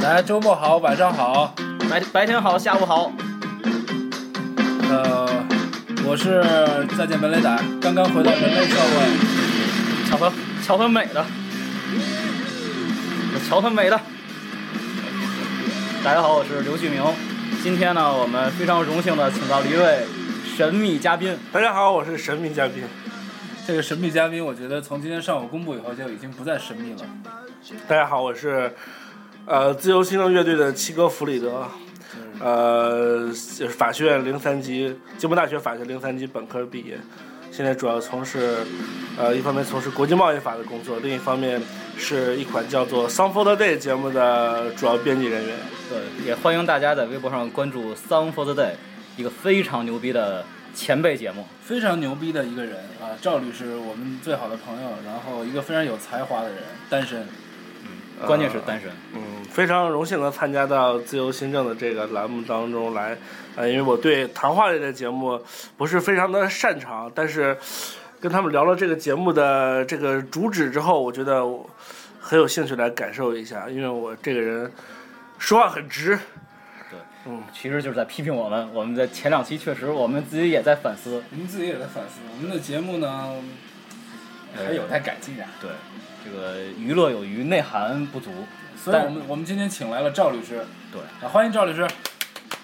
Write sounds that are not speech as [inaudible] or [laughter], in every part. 家周末好，晚上好。白白天好，下午好。呃，我是再见本垒打，刚刚回到人类社会。瞧他，瞧他美的，我瞧他美的。大家好，我是刘旭明。今天呢，我们非常荣幸的请到了一位神秘嘉宾。大家好，我是神秘嘉宾。这个神秘嘉宾，我觉得从今天上午公布以后就已经不再神秘了。大家好，我是呃自由新生乐队的齐哥弗里德，呃法学院零三级，京波大学法学零三级本科毕业，现在主要从事呃一方面从事国际贸易法的工作，另一方面是一款叫做《Song for the Day》节目的主要编辑人员。对，也欢迎大家在微博上关注 “Song for the Day”，一个非常牛逼的前辈节目。非常牛逼的一个人啊，赵律师，我们最好的朋友，然后一个非常有才华的人，单身。关键是单身，嗯，非常荣幸能参加到自由新政的这个栏目当中来，呃，因为我对谈话类的节目不是非常的擅长，但是跟他们聊了这个节目的这个主旨之后，我觉得我很有兴趣来感受一下，因为我这个人说话很直，其实就是在批评我们。我们在前两期确实，我们自己也在反思。我们自己也在反思，我们的节目呢呃还有待改进啊呀、对，这个娱乐有余，内涵不足。所以我们我们今天请来了赵律师，对啊，欢迎赵律师。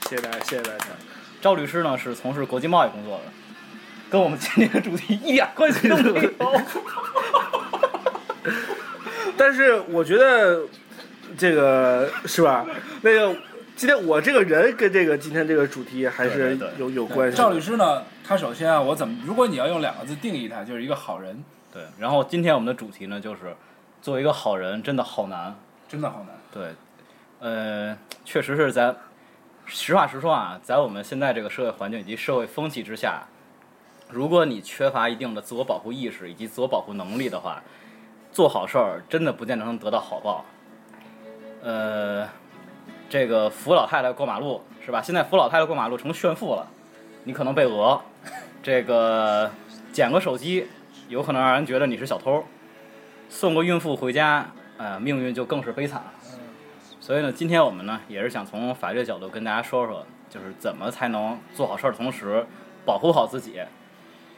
谢谢大家，谢谢大家。赵律师呢是从事国际贸易工作的，跟我们今天的主题一点关系都没有。但是我觉得这个是吧？那个今天我这个人跟这个今天这个主题还对是对对有有关系的。赵律师呢，他首先啊，我怎么，如果你要用两个字定义他，就是一个好人，对，然后今天我们的主题呢就是作为一个好人真的好难。真的好难。对，呃，确实是咱实话实说啊，在我们现在这个社会环境以及社会风气之下，如果你缺乏一定的自我保护意识以及自我保护能力的话，做好事儿真的不见得能得到好报。呃，这个扶老太太过马路是吧？现在扶老太太过马路成炫富了，你可能被讹。这个捡个手机，有可能让人觉得你是小偷。送个孕妇回家，呃，命运就更是悲惨了。所以呢，今天我们呢也是想从法律的角度跟大家说说，就是怎么才能做好事儿的同时保护好自己，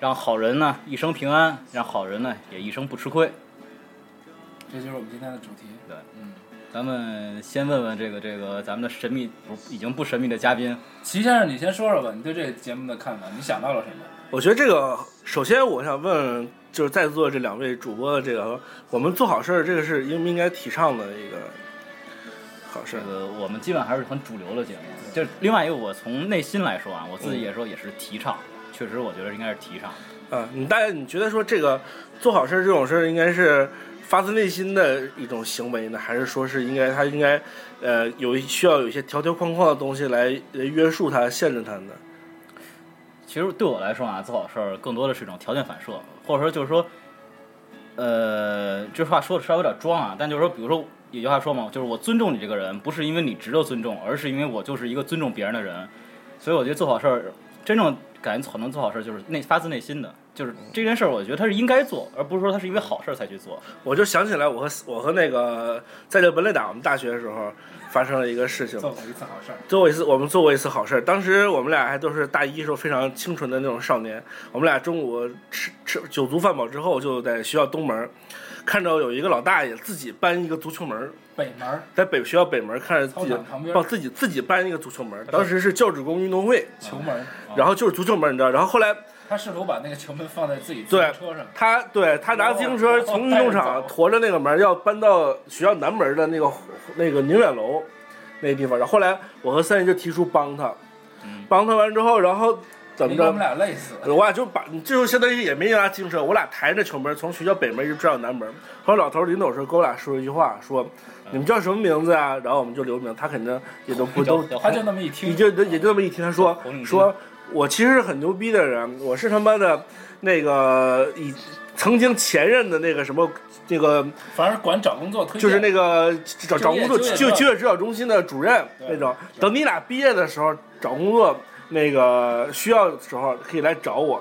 让好人呢一生平安，让好人呢也一生不吃亏。这就是我们今天的主题。对嗯，咱们先问问这个这个咱们的神秘不已经不神秘的嘉宾，齐先生，你先说说吧，你对这个节目的看法，你想到了什么？我觉得这个，首先我想问，就是在座这两位主播的这个，我们做好事儿，这个是应不应该提倡的一个好这事儿？个我们基本还是很主流的节目。就另外一个，我从内心来说啊，我自己也说也是提倡，确实我觉得应该是提倡。啊，你大家你觉得说这个做好事儿这种事儿，应该是发自内心的一种行为呢，还是说是应该他应该呃有一需要有一些条条框框的东西来呃约束他、限制他呢？其实对我来说啊，做好事儿更多的是一种条件反射，或者说就是说，呃，这话说的稍微有点装啊，但就是说，比如说有句话说嘛，就是我尊重你这个人，不是因为你值得尊重，而是因为我就是一个尊重别人的人。所以我觉得做好事儿，真正感觉可能做好事儿就是内发自内心的，就是这件事儿，我觉得他是应该做，而不是说他是因为好事儿才去做。我就想起来，我和我和那个在这本垒打我们大学的时候发生了一个事情，做过一次好事儿，做过一次，我们做过一次好事儿。当时我们俩还都是大一时候非常清纯的那种少年。我们俩中午吃吃酒足饭饱之后，就在学校东门儿看着有一个老大爷自己搬一个足球门儿，北门儿在北学校北门儿看着自己操场旁边帮自己自己搬一个足 [laughs] 球门儿。当时是教职工运动会，球门儿，然后就是足球门儿，你知道。然后后来他试图把那个球门放在自己自对行车上，他对他拿自行车从运动哦带着场走驮着那个门儿要搬到学校南门儿的那个那个宁远楼那个地方。然后后来我和三爷就提出帮他，帮他完之后，然后怎么没嗯给我着们？俩累死。我俩就把，就相当于也没拿自行车，我俩抬着球门从学校北门一直转到南门。后来老头临走时候跟我俩说一句话，说嗯你们叫什么名字啊？然后我们就留名，他肯定也都不都，叫他就那么一听也，就也就这么一听，他说红领巾说我其实是很牛逼的人，我是他妈的那个以曾经前任的那个什么那个反正管找工作推荐，就是那个找找工作就业就就业就业指导中心的主任对那种。等你俩毕业的时候找工作那个需要的时候可以来找我，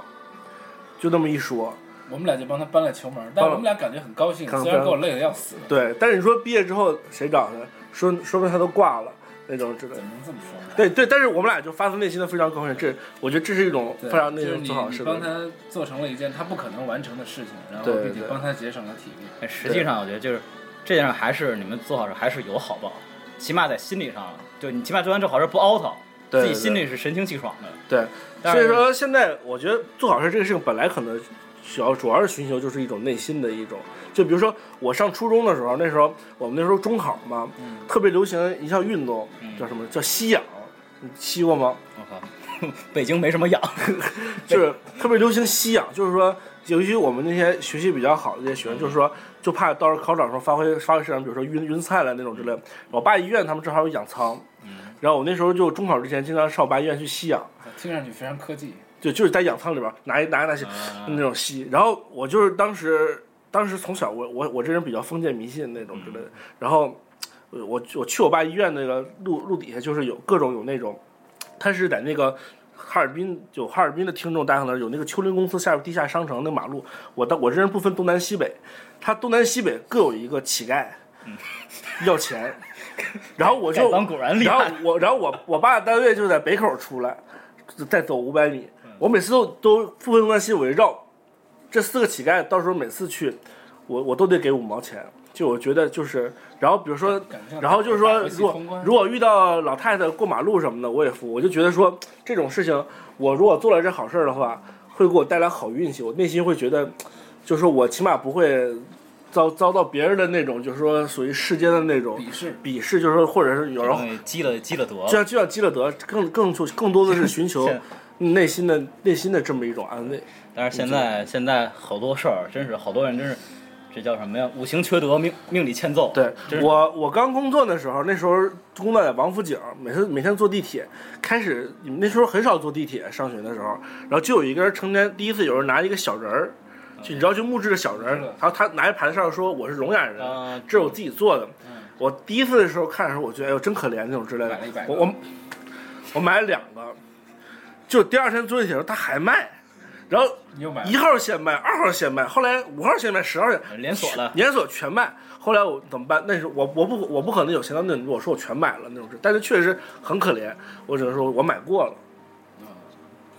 就那么一说。我们俩就帮他搬了球门儿，但搬了我们俩感觉很高兴，刚虽然搬给我累得要死。对，但是你说毕业之后谁找他？说说不定他都挂了那种之类的怎。么能这么说呢？对对，但是我们俩就发自内心的非常高兴，这我觉得这是一种非对常那就是种你做好事你的帮。他做成了一件他不可能完成的事情，然后对并且对帮他节省了体力。但实际上我觉得就是这件事还是你们做好事还是有好报，起码在心理上，就你起码做完这好事不凹槽，对自己心里是神清气爽的。对，但所以是说现在我觉得做好事这个事情本来可能主要主要是寻求就是一种内心的一种，就比如说我上初中的时候，那时候我们那时候中考嘛，特别流行一项运动嗯叫什么叫吸氧，你吸过吗？我靠，嗯 [laughs] 北京没什么养，就是特别流行吸氧，就是说，尤其我们那些学习比较好的这些嗯学生，就是说，就怕到时候考场上发挥发挥失常，比如说晕晕菜了那种之类的。我爸医院他们正好有氧舱，嗯然后我那时候就中考之前经常上我爸医院去吸氧，听上去非常科技，就就是在氧舱里边拿一拿一那些啊那种吸。然后我就是当时当时从小我我我这人比较封建迷信那种之嗯类的，然后呃我我去我爸医院那个路路底下就是有各种有那种，他是在那个。哈尔滨有哈尔滨的听众，大家可能有那个丘陵公司下边地下商城那马路，我到我这人不分东南西北，他东南西北各有一个乞丐，要钱，然后我就嗯丐帮果然厉然后害我然后我我爸的单位就在北口出来，再走五百米，嗯我每次都都不分东南西北绕，这四个乞丐到时候每次去，我我都得给五毛钱。就我觉得就是，然后比如说感觉像，然后就是说，打游戏如果通关如果遇到老太太过马路什么的，我也服。我就觉得说这种事情，我如果做了这好事儿的话，会给我带来好运气。我内心会觉得，就是说我起码不会遭遭到别人的那种，就是说属于世间的那种鄙视。鄙视，就是说或者是有人东西积了积了多就。像就像基勒德，更更就更多的是寻求现内心的内心的这么一种安慰。但是现嗯在现在好多事儿，真是好多人真是，这叫什么呀？五行缺德，命命里欠揍。对真是我，我刚工作的时候，那时候工作在王府井，每次每天坐地铁。开始你们那时候很少坐地铁，上学的时候，然后就有一个人成天第一次有人拿一个小人儿，就你知道就木质的小人儿嗯，然后他拿一牌子上说我是聋哑人，啊这是我自己做的。我第一次的时候看的时候，我觉得哎呦真可怜那种之类的买了一百。个我我我买了两个，就第二天坐地铁的时候他还卖，然后你又买了一号线卖，二号线卖，后来五号线卖，十号线呃连锁了连锁全卖。后来我怎么办？那时候我我不我不可能有钱到那种，我说我全买了那种事，但是确实很可怜，我只能说我买过了，啊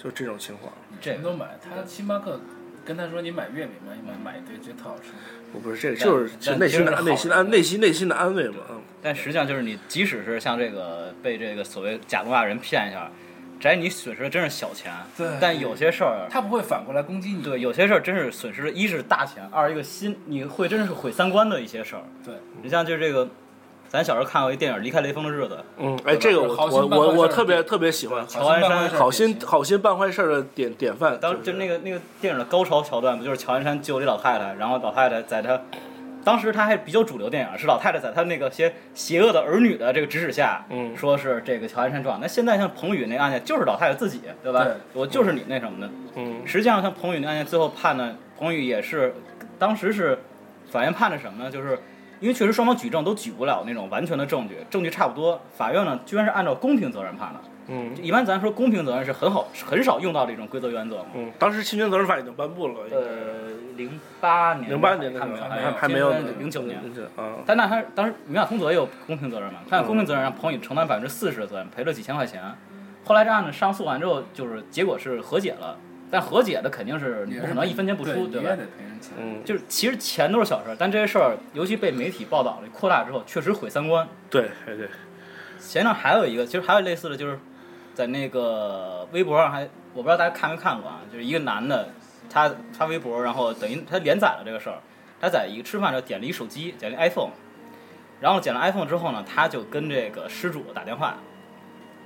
就这种情况。这全都买。他星巴克跟他说你买月饼吧，你买买一堆，觉得特好吃。我不是这个，但就是但其实内听心着的好内心的安内心内心的安慰嘛。嗯但实际上就是你，即使是像这个被这个所谓假聋哑人骗一下，只要你损失的真是小钱，对但有些事儿，他不会反过来攻击你。对，有些事儿真是损失，一是大钱，二一个心你会真是毁三观的一些事儿。对，你像就是这个，咱小时候看过一电影《离开雷锋的日子嗯，哎，这个好我心我办坏我事我儿特别特别喜欢，乔安山好心好心办坏事儿的典典范。》，当就就那个那个电影的高潮桥段，不就是乔安山救了一老太太，然后老太太在她。当时她还比较主流电影，是老太太在她那个些邪恶的儿女的这个指使下，嗯说是这个乔安山撞。那现在像彭宇那案件，就是老太太自己，对吧？对我就是你那什么的，嗯实际上，像彭宇那案件最后判的，彭宇也是，当时是法院判的什么呢？就是因为确实双方举证都举不了那种完全的证据，证据差不多，法院呢居然是按照公平责任判的。嗯一般咱说公平责任是很好很少用到的一种规则原则嘛。嗯，当时侵权责任法已经颁布了，应该呃，零八年，零八年的时看候没有，还还还没有呢零九年。啊，但那他当时明雅通则也有公平责任嘛？判公嗯平责任让彭宇承担百分之四十的责任，赔了几千块钱。后来这案子上诉完之后，就是结果是和解了，但和解的肯定是你也不是可能一分钱不出，对对你吧也？得赔人钱。嗯，就是其实钱都是小事儿，但这些事儿尤其被媒体报道了、扩大之后，确实毁三观。对对对，前两还有一个，其实还有类似的，就是在那个微博上还，我不知道大家看没看过啊，就是一个男的，他他微博，然后等于他连载了这个事儿，他在一个吃饭的时候点了一手机，点了一 iPhone，然后捡了 iPhone 之后呢，他就跟这个失主打电话，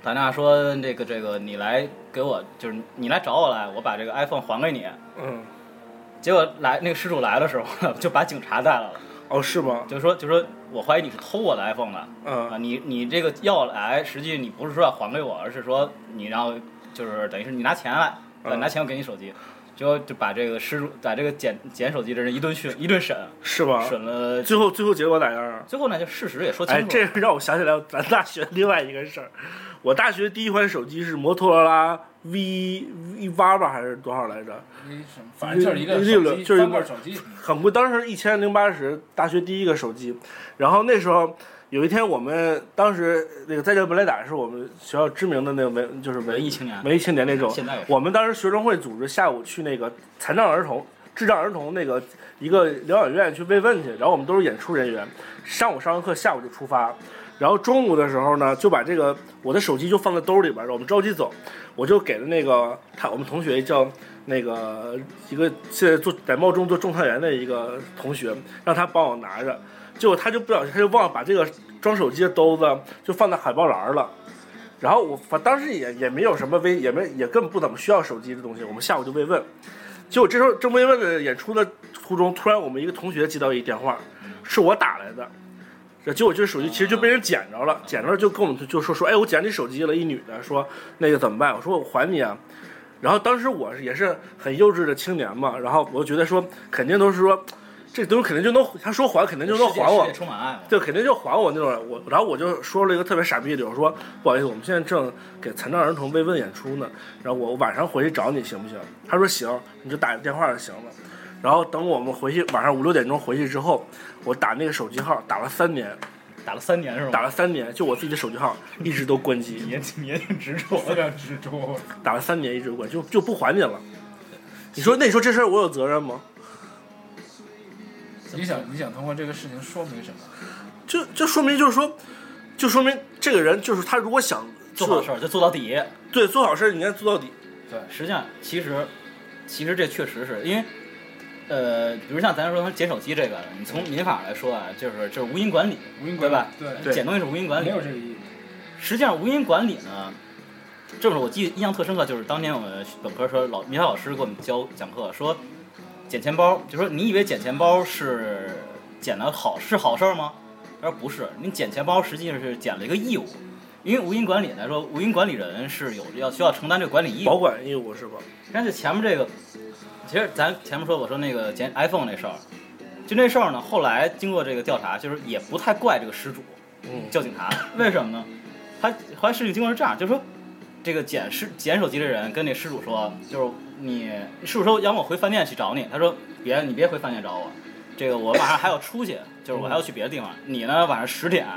打电话说这个这个你来给我，就是你来找我来，我把这个 iPhone 还给你。嗯，结果来那个失主来的时候， [laughs] 就把警察带来了。哦是吗？就说就说我怀疑你是偷我的 iPhone 的啊，嗯你你这个要来，实际你不是说要还给我，而是说你然后就是等于是你拿钱来，嗯拿钱我给你手机，结果就把这个失主把这个捡捡手机的人一顿训一顿审，是吗？审了，最后最后结果咋样啊？最后呢就事实也说清嗯哎，楚了，这让我想起来咱大学另外一个事儿。 [laughs] 我大学第一款手机是摩托罗拉 V V 八吧，还是多少来着？你什么？反正就是一个嗯六手六机，就是一翻个 [laughs] 罐手机。很贵，当时一千零八十，大学第一个手机。然后那时候有一天我们当时那个在这布雷达是我们学校知名的那个文就是文文艺青年文艺青年那种现在也。是我们当时学生会组织下午去那个残障儿童、智障儿童那个一个疗养院去慰问去，然后我们都是演出人员，上午上完课，下午就出发。然后中午的时候呢，就把这个我的手机就放在兜里边儿了，我们着急走，我就给了那个他我们同学叫那个一个现在做在茂中做种菜园的一个同学，让他帮我拿着，结果他就不小心他就忘了把这个装手机的兜子就放在海报栏儿了。然后我反当时也也没有什么危，也没也根本不怎么需要手机的东西。我们下午就慰问，结果这时候正慰问的演出的途中，突然我们一个同学接到一电话，是我打来的。这结果这手机其实就被人捡着了，捡着了就跟我们就就说说，哎，我捡你手机了。一女的说那个怎么办？我说我还你啊。然后当时我是也是很幼稚的青年嘛，然后我就觉得说肯定都是说这东西肯定就能，他说还肯定就能世界还我世界。充满爱嘛。对，肯定就还我那种人。我然后我就说了一个特别傻逼的理由，我说不好意思，我们现在正给残障儿童慰问演出呢，然后我晚上回去找你行不行？他说行，你就打个电话就行了。然后等我们回去，晚上五六点钟回去之后，我打那个手机号打了三年，打了三年是吗？打了三年，就我自己的手机号一直都关机，年轻年轻执着 [laughs] 非常执着。打了三年一直关，就就不还你了。你说那你说这事儿我有责任吗？你想你想通过这个事情说明什么？就就说明就是说，就说明这个人就是他如果想做好事儿就做到底。对做好事儿，你应该做到底。实际上，其实其实这确实是因为，呃，比如像咱说捡手机这个，你从民法来说啊，就是就是无因管理，无因对管吧？对对捡东西是无因管理没。有这个意义。实际上，无因管理呢，这么说我记印象特深刻，就是当年我们本科时候老民法老师给我们教讲课说，捡钱包，就说你以为捡钱包是捡的好是好事儿吗？他说不是，你捡钱包实际上是捡了一个义务，因为无因管理来说，无因管理人是有要需要承担这个管理义务的。保管义务是吧？但是前面这个，其实咱前面说我说那个捡 iPhone 那事儿，就那事儿呢，后来经过这个调查，就是也不太怪这个失主嗯，叫警察，为什么呢？他后来事情经过是这样，就是说这个捡失捡手机的人跟那失主说，就是你失主说让我回饭店去找你，他说别你别回饭店找我，这个我晚上还要出去，就是我还要去别的地方，你呢晚上十点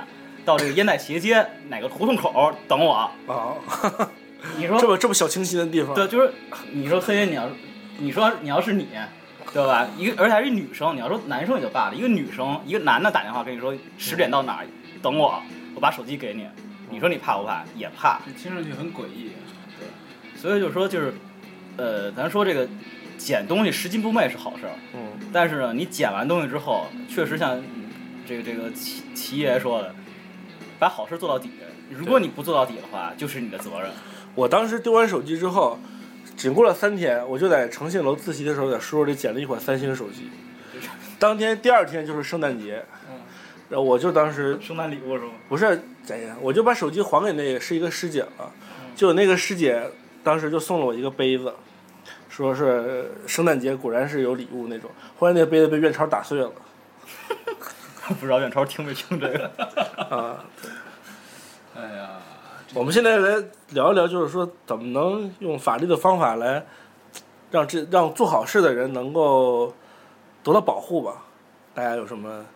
到这个烟袋斜街哪个胡同口等我，啊，你说 [laughs] 这么这么小清新的地方，对，就是你说黑黑，你要你说你要是你，对吧？一个而且还是女生，你要说男生也就罢了，一个女生一个男的打电话跟你说十点到哪儿等我，我把手机给你，你说你怕不怕？也怕。你听上去很诡异。所以就是说就是，呃，咱说这个捡东西拾金不昧是好事儿，嗯，但是呢，你捡完东西之后，确实像这个这个齐齐爷说的，把好事做到底。如果你不做到底的话，就是你的责任。我当时丢完手机之后，仅过了三天，我就在诚信楼自习的时候，在书桌里捡了一款三星手机。 [laughs] 当天第二天就是圣诞节，嗯然后我就当时圣诞礼物是吗？不是哎呀，我就把手机还给那个是一个师姐了，就那个师姐当时就送了我一个杯子，说是圣诞节果然是有礼物那种。后来那个杯子被院超打碎了 [laughs] 不知道远超听没听这个。啊。哎呀，这我们现在来聊一聊，就是说怎么能用法律的方法来让这让做好事的人能够得到保护吧？大家有什么？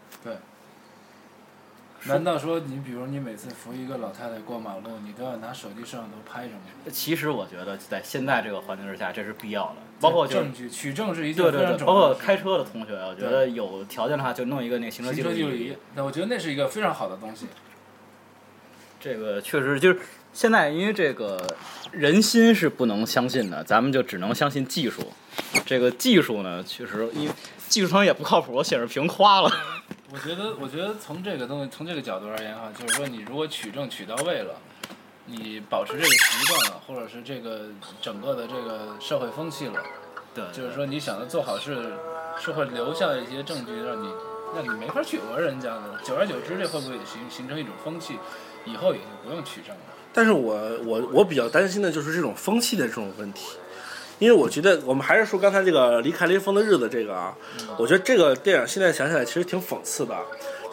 难道说你比如你每次扶一个老太太过马路，你都要拿手机摄像头拍上去？其实我觉得在现在这个环境之下，这是必要的。包括就是证据取证是一件对非对常对，重包要括的事。开车的同学，我觉得有条件的话就弄一个那个行车行记车录记录仪仪。，那我觉得那是一个非常好的东西。这个确实就是现在，因为这个人心是不能相信的，咱们就只能相信技术。这个技术呢，确实因为技术上也不靠谱，显示屏夸了。我觉得，我觉得从这个东西，从这个角度而言哈，就是说，你如果取证取到位了，你保持这个习惯了，或者是这个整个的这个社会风气了，对，就是说，你想的做好事，是会留下一些证据，让你让你没法取讹人家的。久而久之，这会不会也形形成一种风气？以后也就不用取证了。但是我我我比较担心的就是这种风气的这种问题，因为我觉得我们还是说刚才这个《离开雷锋的日子》这个啊，我觉得这个电影现在想起来其实挺讽刺的。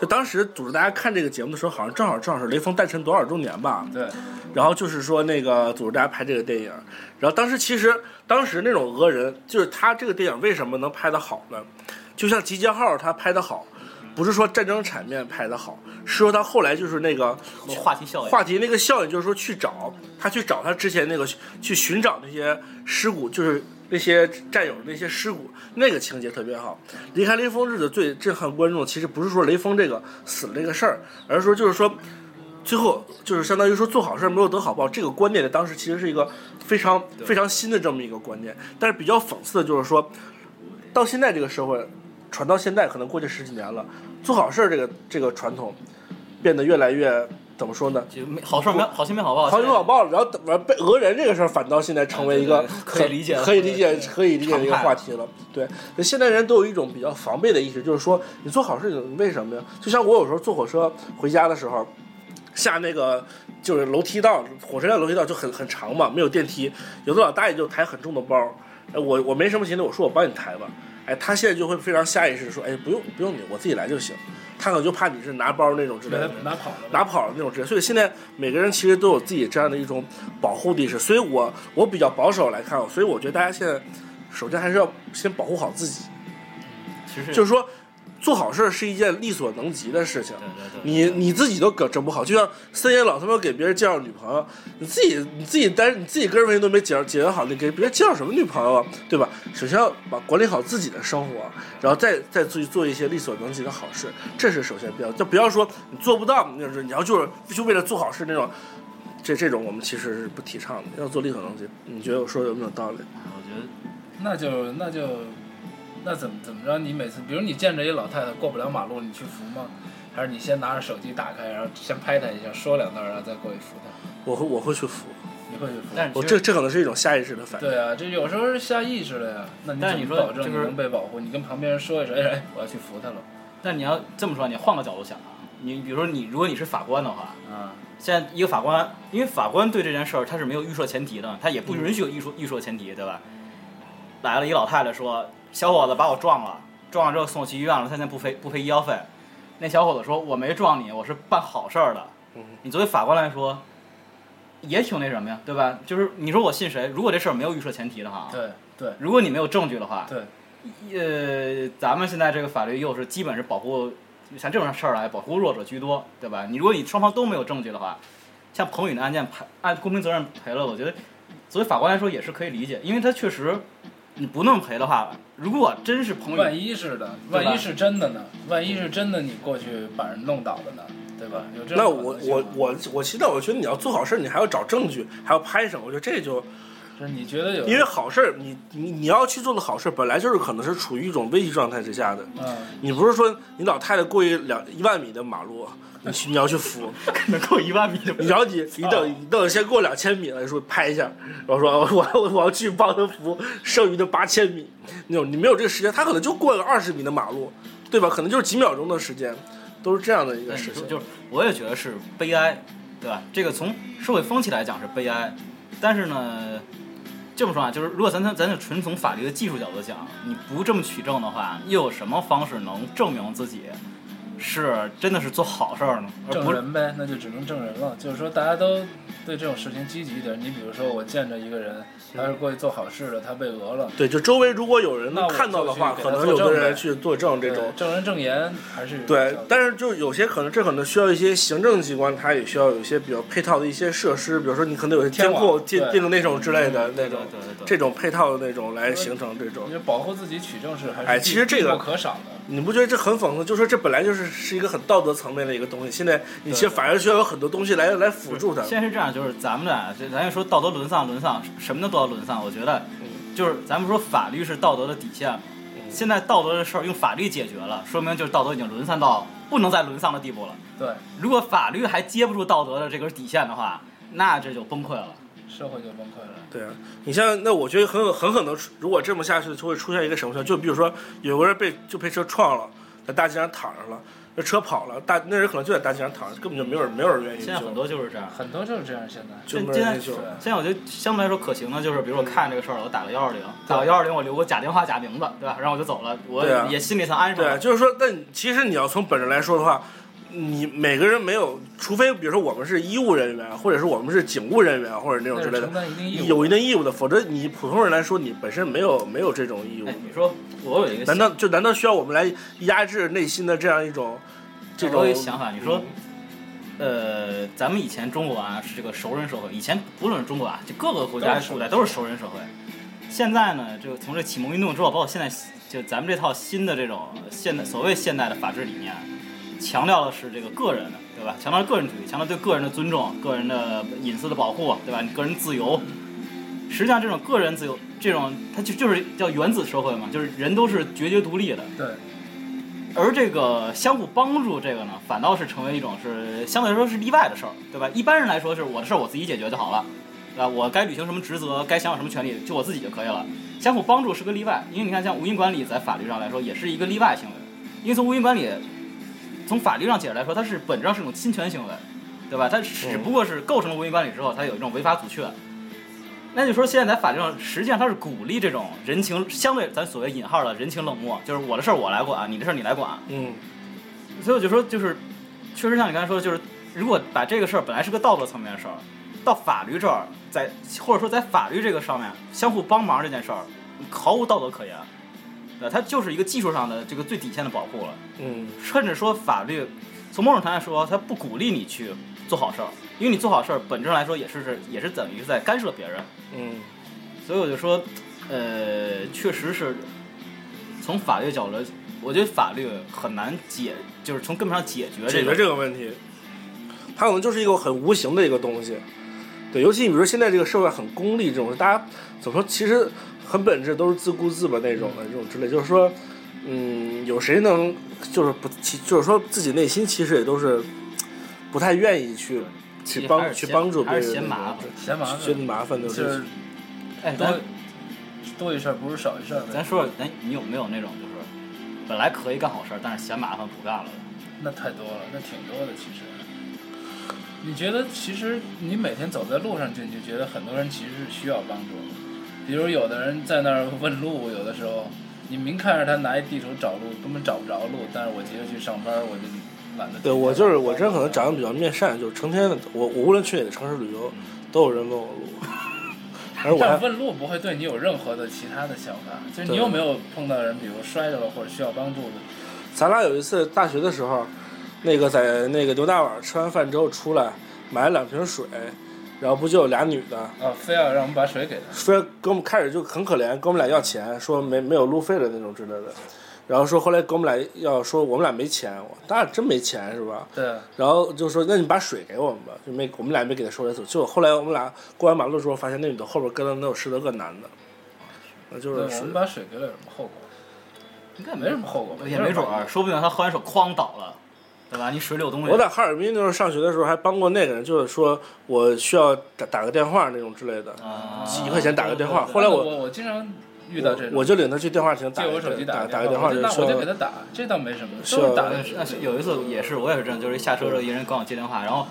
就当时组织大家看这个节目的时候，好像正好正好是雷锋诞辰多少周年吧？对，然后就是说那个组织大家拍这个电影，然后当时其实当时那种讹人，就是他这个电影为什么能拍得好呢？就像《集结号》他拍得好，不是说战争场面拍的好，是说他后来就是那个话题效应，话题那个效应，就是说去找他去找他之前那个去寻找那些尸骨，就是那些战友那些尸骨，那个情节特别好。离开雷锋日子最震撼观众，其实不是说雷锋这个死了这个事儿，而是说就是说。最后就是相当于说做好事儿没有得好报，这个观念在当时其实是一个非常非常新的这么一个观念。但是比较讽刺的就是说，到现在这个社会，传到现在可能过去十几年了，做好事儿这个这个传统变得越来越怎么说呢？就没好事儿没好心没好报，好心好报，然后等完被讹人这个事儿，反倒现在成为一个对对可以理解的可以理解对、对可以理解的一个常态话题了。对，那现在人都有一种比较防备的意识，就是说你做好事情，你为什么呀？就像我有时候坐火车回家的时候，下那个就是楼梯道，火车站楼梯道就很很长嘛，没有电梯，有的老大爷就抬很重的包，哎，我我没什么行李，我说我帮你抬吧，哎，他现在就会非常下意识地说，哎，不用不用你，我自己来就行。他可能就怕你是拿包那种之类给的他，拿跑了。拿跑了那种职业。所以现在每个人其实都有自己这样的一种保护的意识。所以我我比较保守来看，所以我觉得大家现在首先还是要先保护好自己，嗯其实就是说做好事儿是一件力所能及的事情。对对对，你你自己都整整不好，就像森爷老他妈给别人介绍女朋友，你自己你自己单你自己个人问题都没解解决好，你给别人介绍什么女朋友啊，对吧？首先要把管理好自己的生活，然后再再去做一些力所能及的好事，这是首先必要。就不要说你做不到，那是你要就是就为了做好事那种，这这种我们其实是不提倡的，要做力所能及。你觉得我说的有没有道理？我觉得那就那就那怎么怎么着？你每次，比如你见着一老太太过不了马路，你去扶吗？还是你先拿着手机打开，然后先拍她一下，说两道，然后再过去扶她？我会我会去扶，你会去扶？但是我其这实这可能是一种下意识的反应。对啊，这有时候是下意识的呀。那你但怎是么你说保证就你是能被保护？你跟旁边人说一声，哎，哎我要去扶她了。但你要这么说，你换个角度想啊，你比如说你如果你是法官的话，啊，现在一个法官，因为法官对这件事儿他是没有预设前提的，他也不允许有预设预设前提，对吧？来了一老太太说：“小伙子把我撞了，撞了之后送我去医院了，他现在不赔不赔医药费。”那小伙子说：“我没撞你，我是办好事儿的。嗯”你作为法官来说，也挺那什么呀，对吧？就是你说我信谁？如果这事儿没有预设前提的话，对对如果你没有证据的话，对，呃，咱们现在这个法律又是基本是保护，像这种事儿来保护弱者居多，对吧？你如果你双方都没有证据的话，像彭宇的案件赔按公平责任赔了，我觉得作为法官来说也是可以理解，因为他确实你不那么赔的话，如果真是彭万宇，一是的，对吧万一是真的呢？万一是真的，你过去把人弄倒的呢？对吧？有这种那可我能性我吗我我其实我觉得你要做好事儿，你还要找证据，还要拍什么？我觉得这就就是你觉得有因为好事儿，你你你要去做的好事儿，本来就是可能是处于一种危机状态之下的。嗯，你不是说你老太太过一两一万米的马路，你去你要去扶，能够一万米 [laughs] 的你然后你你啊等你等先过两千米了，你说拍一下，然后说我我我要去帮她扶剩余的八千米，那种你没有这个时间，她可能就过个二十米的马路，对吧？可能就是几秒钟的时间，都是这样的一个但是事情。就是我也觉得是悲哀，对吧？这个从社会风气来讲是悲哀，但是呢，这么说啊，就是如果咱咱咱就纯从法律的技术角度讲，你不这么取证的话，又有什么方式能证明自己是真的是做好事儿呢？而证不是人呗，那就只能证人了。就是说，大家都对这种事情积极一点。你比如说，我见着一个嗯人，他是过去做好事的，他被讹了，对，就周围如果有人那我看到的就去话，给可她能作有的证呗人去作证这对种。证人证言还是有效，对的但是就有些可能，这可能需要一些行政机关，它也需要有一些比较配套的一些设施，比如说你可能有些监天网控、电对嗯电动那种之类的那对种，对对对，这种配套的那种来形成这种因。为保护自己取证是还是哎必其实这个必不可少的。你不觉得这很讽刺？就说这本来就是是一个很道德层面的一个东西，现在你其实对对反而需要有很多东西来来辅助它。现在是这样，就是咱们俩，这咱就说道德沦丧，沦丧什么叫道德沦丧？我觉得嗯，就是咱们说法律是道德的底线嘛。现在道德的事儿用法律解决了，说明就是道德已经沦丧到不能再沦丧的地步了。对，如果法律还接不住道德的这根底线的话，那这就崩溃了。社会就崩溃了。对啊，你像那我觉得很有很可能出，如果这么下去，就会出现一个什么情况？就比如说有个人被就被车撞了，在大街上躺着了，那车跑了，大那人可能就在大街上躺着，根本就没有人没有人愿意现在很救，多就是这样。很多就是这样，现在就没现有在人救。现在我觉得相对来说可行的就是，比如我看这个事儿了，我打个幺二零，打个幺二零，我留个假电话、假名字，对吧？然后我就走了，我对啊也心里头安上哎对，了。就是说，但你其实你要从本质来说的话，你每个人没有，除非比如说我们是医务人员，或者是我们是警务人员，或者那种但是之类承的，担一定义务，有一定义务的，否则你普通人来说，你本身没有没有这种义务哎。，你说我有一个难道就难道需要我们来压制内心的这样一种这我有种一个想法，你说，呃，咱们以前中国啊是这个熟人社会，以前不论是中国啊，就各个国家都是熟古代都是熟人社会。现在呢，就从这启蒙运动之后，包括现在就咱们这套新的这种现代所谓现代的法治理念，强调的是这个个人，对吧？强调个人主义，强调对个人的尊重、个人的隐私的保护，对吧？你个人自由。实际上，这种个人自由，这种它就就是叫原子社会嘛，就是人都是绝绝独立的。对，而这个相互帮助这个呢，反倒是成为一种是相对来说是例外的事儿，对吧？一般人来说是我的事儿我自己解决就好了，对吧？我该履行什么职责，该享有什么权利，就我自己就可以了。相互帮助是个例外，因为你看像无因管理在法律上来说也是一个例外行为，因为从无因管理从法律上解释来说，它是本质上是一种侵权行为，对吧？它只不过是构成了无因管理之后，它有一种违法阻却。那就说现在在法律上，实际上它是鼓励这种人情相对咱所谓引号的人情冷漠，就是我的事儿我来管，啊你的事儿你来管。嗯所以我就说，就是确实像你刚才说的，就是如果把这个事儿本来是个道德层面的事儿，到法律这儿，在或者说在法律这个上面相互帮忙这件事儿，毫无道德可言，对吧，它就是一个技术上的这个最底线的保护了。嗯甚至说法律，从某种程度来说，它不鼓励你去做好事儿，因为你做好事儿本质上来说也是是也是等于是在干涉别人。嗯所以我就说，呃，确实是从法律角度来，我觉得法律很难解，就是从根本上解决这解决个。这个问题，它可能就是一个很无形的一个东西。对，尤其你比如说现在这个社会很功利，这种大家怎么说，其实很本质都是自顾自吧那种的这种之类，就是说，嗯，有谁能就是不，其就是说自己内心其实也都是不太愿意去去帮去帮助别还人是那种，嫌麻烦。嫌麻烦，觉得麻烦的就事情是哎，咱多多一事不如少一事呗咱。说说，咱你有没有那种就是本来可以干好事儿，但是嫌麻烦不干了？那太多了，那挺多的其实。你觉得其实你每天走在路上就你就觉得很多人其实是需要帮助的，比如有的人在那儿问路，有的时候你明看着他拿一地图找路，根本找不着路，但是我急着去上班，我就懒得。对我就是我，这人可能长得比较面善，就是成天的我我无论去哪个城市旅游，都有人问我路，而我但 [laughs] 还问路不会对你有任何的其他的想法，就是对你有没有碰到人，比如摔着了或者需要帮助的？咱俩有一次大学的时候，那个在那个牛大碗吃完饭之后出来，买了两瓶水，然后不就有俩女的，啊，非要让我们把水给他。说跟我们开始就很可怜，跟我们俩要钱，说没没有路费了那种之类的，然后说后来跟我们俩要说我们俩没钱，我当然真没钱是吧？对，啊然后就说：“那你把水给我们吧。”就没我们俩没给他说来走。就后来我们俩过完马路的时候，发现那女的后边跟了能有十多个男的，那就对，是我水们把水给了有什么后果？应该没什么后果吧，也没准儿，说不定他喝完手哐倒了，对吧？你水里有东西。我在哈尔滨那时候上学的时候还帮过那个人，就是说我需要打打个电话那种之类的，啊，几块钱打个电话。对后来我我我经常遇到这我种，就领他去电话亭打借我手机打个个电电话，我就就那说我就给他打，这倒没什么，需都要是打那的呃是那啊是有一次也是，我也是这样，就是一下车之后，一人管我接电话，然后，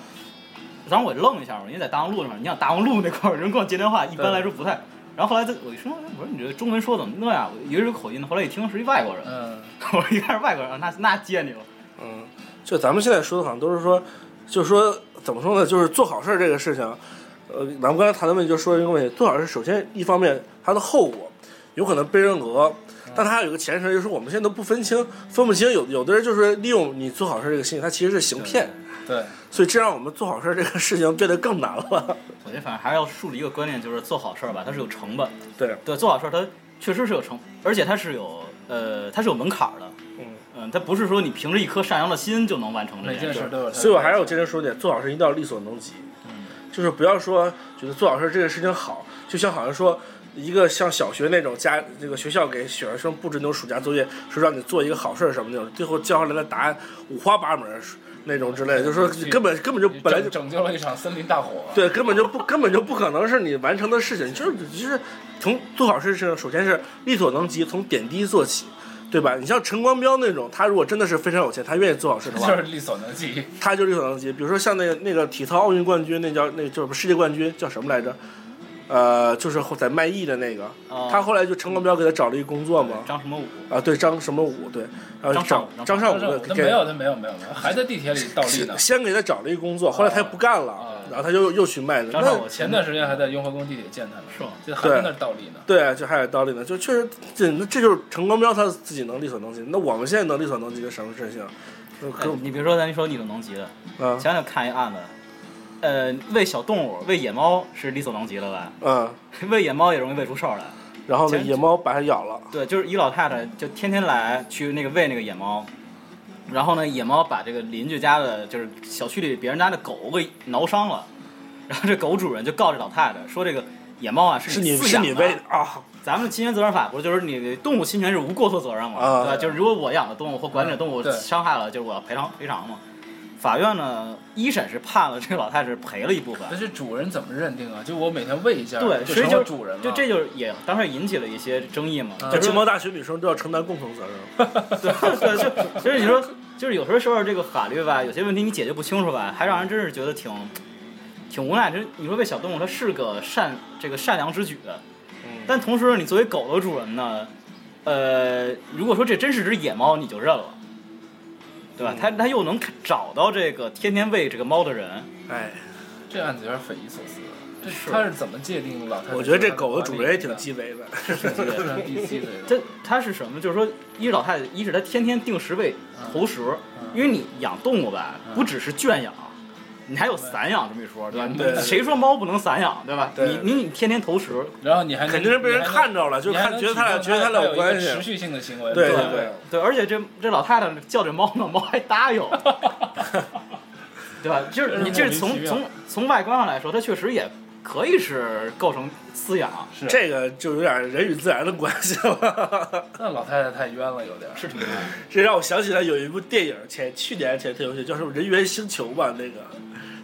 然后我愣一下嘛，因为在大望路上，你想大望路那块儿有人管我接电话，一般来说不太。然后后来他我一说，哎我说你这中文说怎么那样？以为是口音呢，后来一听是一外国人，嗯， [laughs] 我一看是外国人，啊那那接你了。嗯，就咱们现在说的好像都是说，就是说怎么说呢，就是做好事儿这个事情，呃，咱们刚才谈的问题就说一个问题，做好事首先一方面它的后果有可能被人讹，但它还有一个前提就是我们现在都不分清，分不清有有的人就是利用你做好事这个心理，他其实是行骗，对，所以这让我们做好事这个事情变得更难了。我觉得反正还是要树立一个观念，就是做好事儿吧，它是有成本。对，对，做好事儿它确实是有成，而且它是有呃，它是有门槛儿的。嗯嗯，它不是说你凭着一颗善良的心就能完成这每件件事事。都有它的。所以我还是有坚持说点，做好事一定要力所能及，就是不要说觉得做好事这个事情好，就像好像说一个像小学那种家这个学校给学生布置那种暑假作业，说让你做一个好事儿什么那种，最后交上来的答案五花八门儿那种之类的，就是说根本根本就拯本来就拯救了一场森林大火。对，根本就不根本就不可能是你完成的事情，就是就是从做好事情，首先是力所能及，从点滴做起。对吧？你像陈光标那种，他如果真的是非常有钱，他愿意做好事的话，就是力所能 [laughs] 及，他就是力所能及。比如说像那个那个体操奥运冠军，那叫那个就是世界冠军叫什么来着？呃，就是后在卖艺的那个，哦他后来就陈国标给他找了一工作嘛，张什么武？啊，对张什么武，对，然后张尚找武张张尚但是武我给他没有，他没有，没有，没有，还在地铁里倒立呢先。先给他找了一工作，后来他不干了，然后他就又去卖了。哦张那尚武前段时间还在雍和宫地铁见他呢，是吗就还在那儿倒立呢。对，啊就还有道理呢，就确实这那这就是陈光标他自己能力所能及，那我们现在能力所能及的什么事情？就哎可你别说，咱一说力所能及的，啊前两天看一案子，呃，喂小动物，喂野猫是力所能及的吧？ [laughs] 嗯，喂野猫也容易喂出事儿来。然后呢，前野猫把它咬了，对，就是一老太太就天天来去那个喂那个野猫，然后呢，野猫把这个邻居家的，就是小区里别人家的狗给挠伤了，然后这狗主人就告这老太太说这个野猫啊是是你饲是养你喂的啊，咱们侵权责任法不是就是你动物侵权是无过错责任嘛，啊对吧？就是如果我养的动物或管理的动物嗯对伤害了，就是我要赔偿赔偿嘛。法院呢，一审是判了这个老太太是赔了一部分，但是主人怎么认定啊？就我每天喂一下，对，就所成以了就主人了。就这就是也当时引起了一些争议嘛，啊就这是金毛大学女生都要承担共同责任。对对，就就是你说，就是有时候说这个法律吧，有些问题你解决不清楚吧，还让人真是觉得挺挺无奈。就是你说喂小动物，它是个善这个善良之举，但同时你作为狗的主人呢，呃，如果说这真是只野猫，你就认了。对吧？他他又能看找到这个天天喂这个猫的人，哎，这案子有点匪夷所思。这是他是怎么界定老太太？我觉得这狗的主人也挺鸡贼的。非常低级的。这他是什么？就是说，一是老太太，一是他天天定时喂投食，嗯因为你养动物吧，不只是圈养，你还有散养这么一说，对吧？嗯对你谁说猫不能散养，对吧？对你你你天天投食，然后你还能肯定是被人你还能看着了就你还看能觉得体他俩证觉得他俩有有一个关系持续性的行为。对吧对对对，而且这这老太太叫这猫呢，猫 [laughs] 还答应，对吧？就是你这是莫名其从妙从从外观上来说，它确实也可以是构成饲养，是这个就有点人与自然的关系了。 [laughs] 那老太太太冤了，有点儿。是挺难。这让我想起来有一部电影，前去年前前有去叫什么《人猿星球》吧？那个，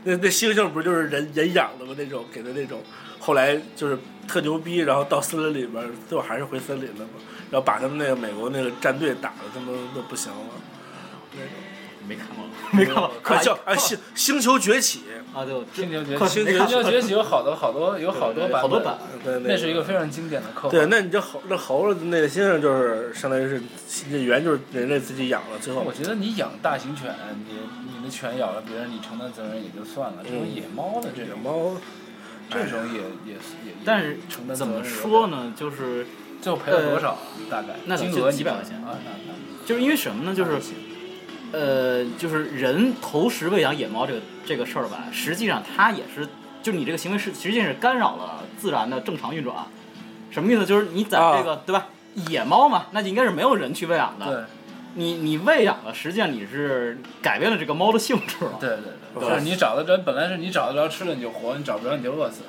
那那猩猩不是就是人人养的吗？那种给的那种，后来就是特牛逼，然后到森林里边，最后还是回森林了嘛，然后把他们那个美国那个战队打的他们都不行了。[laughs] 没看过，没哦看过，啊快叫啊星星球崛起，啊！对，我哎青牛崛快起，没青看过 [laughs] 牛崛起有好多好多有好多版本，好多版，对，那是一个非常经典的科对，幻。那你这猴那猴子那个猩猩就是相当于是这猿就是人类自己养了，最后我觉得你养大型犬，你你的犬咬了别人，你承担责任也就算了。这种嗯野猫的这野种，猫这种也也也，但是承担责怎任么说呢？就是最后赔了多少？呃大概那金就额几百块钱啊？那就是因为什么呢？就是呃，就是人投食喂养野猫这个这个事儿吧，实际上它也是，就是你这个行为是实际上是干扰了自然的正常运转。啊什么意思？就是你在啊这个、对吧？野猫嘛，那就应该是没有人去喂养那啊的。你你喂养了，实际上你是改变了这个猫的性质了。对对对对，就是你找得着，本来是你找得着吃的你就活，你找不着你就饿死。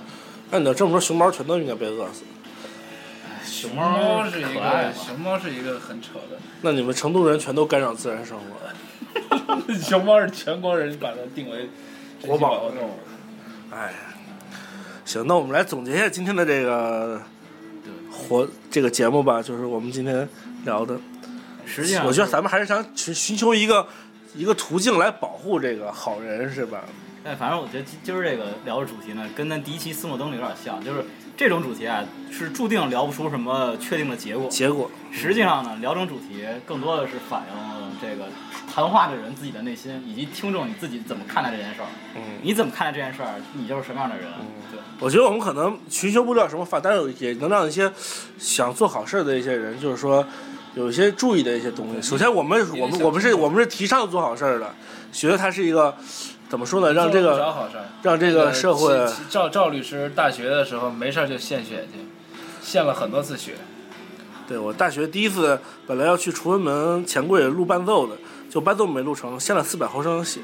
那你要这么说，熊猫全都应该被饿死。熊猫是一可爱个嘛熊猫是一个很扯的，那你们成都人全都干扰自然生活， [laughs] 熊猫是全国人把它定为国宝珍稀动物。哎呀，行，那我们来总结一下今天的这个活这个节目吧，就是我们今天聊的，实际上，我觉得咱们还是想寻寻求一个一个途径来保护这个好人，是吧？哎，反正我觉得今今儿这个聊的主题呢，跟咱第一期斯诺登有点像，就是这种主题啊，是注定聊不出什么确定的结果。结果实际上呢，聊这种主题更多的是反映了这个谈话的人自己的内心，以及听众你自己怎么看待这件事儿。嗯你怎么看待这件事儿，你就是什么样的人。对，我觉得我们可能寻求不了什么法，但是也能让一些想做好事儿的一些人，就是说有一些注意的一些东西。首先，我们我们我们是我们是提倡做好事儿的，觉得它是一个怎么说呢，让这做不少个好事儿。让这个社会其其赵赵律师大学的时候没事儿就献血去，献了很多次血。对我大学第一次本来要去崇文门钱柜录伴奏的，就伴奏没录成，献了四百毫升血。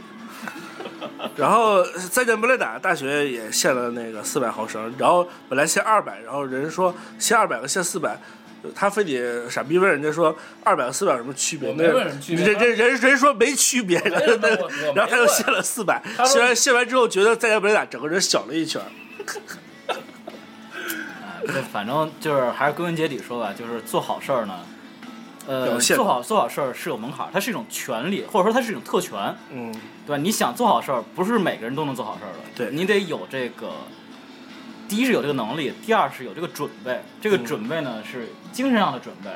然后再见布雷达大学也献了那个四百毫升，然后本来献二百，然后人说献二百和献四百，他非得傻逼问人家说二百和四百有什么区别？我没问什么区别人人人人说没区别，然后我我没然后他又问献了四百他，说虽然献完之后觉得再见布雷达整个人小了一圈儿，哎这反正就是还是归根结底说吧，就是做好事儿呢，呃，表现做好做好事儿是有门槛儿，它是一种权利，或者说它是一种特权。嗯，对吧？你想做好事儿，不是每个人都能做好事儿的。对你得有这个第一是有这个能力，第二是有这个准备。这个准备呢是精神上的准备、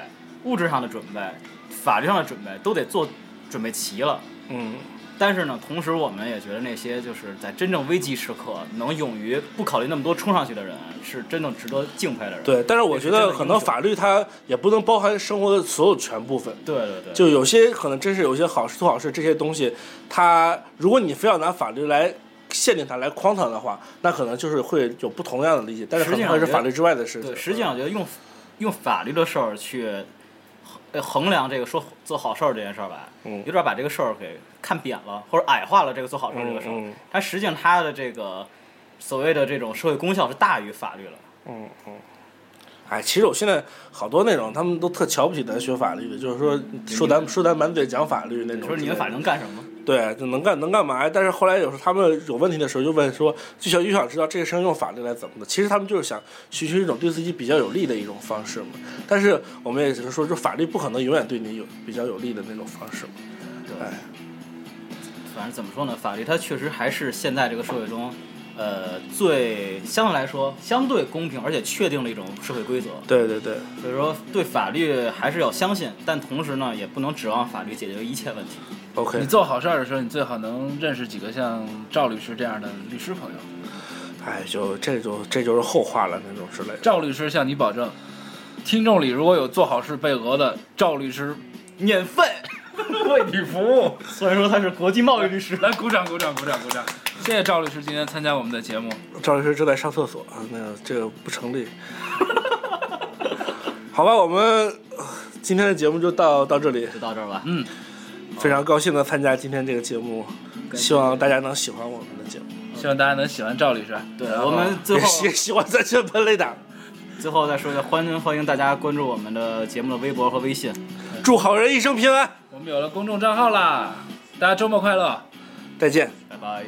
物质上的准备、法律上的准备，都得做准备齐了。嗯，但是呢，同时我们也觉得那些就是在真正危机时刻能勇于不考虑那么多冲上去的人，是真正值得敬佩的人。对。但是我觉也是真得的可能法律它也不能包含生活的所有全部分，对对对，就有些可能真是有些好事做好事这些东西，它如果你非要拿法律来限定它来框它的话，那可能就是会有不同样的理解，但是可能会是法律之外的事情。对，实际上我觉得用用法律的事儿去衡呃衡量这个说做好事儿这件事儿吧，嗯有点把这个事儿给看扁了，或者矮化了这个做好事儿这个事儿。嗯嗯它实际上它的这个所谓的这种社会功效是大于法律了。嗯嗯。哎，其实我现在好多那种，他们都特瞧不起咱学法律的，就是说说咱说咱满嘴讲法律那种之类的。嗯你说你们法律能干什么？对，就能干能干嘛呀？但是后来有时候他们有问题的时候，就问说，就想就想知道这个事情用法律来怎么的。其实他们就是想寻求一种对自己比较有利的一种方式嘛。但是我们也只是说，就法律不可能永远对你有比较有利的那种方式嘛。对哎，反正怎么说呢，法律它确实还是现在这个社会中，呃，最相对来说相对公平，而且确定了一种社会规则。对对对，所以说，对法律还是要相信，但同时呢，也不能指望法律解决一切问题。你 OK，做好事儿的时候，你最好能认识几个像赵律师这样的律师朋友。哎，就这就这就是后话了那种之类的。赵律师向你保证，听众里如果有做好事被讹的，赵律师免费为你服务。 [laughs] 虽然说他是国际贸易律师，来，鼓掌，鼓掌，鼓掌，鼓掌！谢谢赵律师今天参加我们的节目。赵律师正在上厕所，啊那个这个不成 [laughs] 立。好吧，我们呃今天的节目就到到这里。 [laughs] 就到这儿吧。嗯，非常高兴的参加今天这个节目，希望大家能喜欢我们的节目。希望大家能喜欢赵律师。对，然后我们最后喜喜欢在这喷雷打，最后再说一下，欢迎欢迎大家关注我们的节目的微博和微信。祝好人一生平安，我们有了公众账号啦，大家周末快乐。再见。拜拜。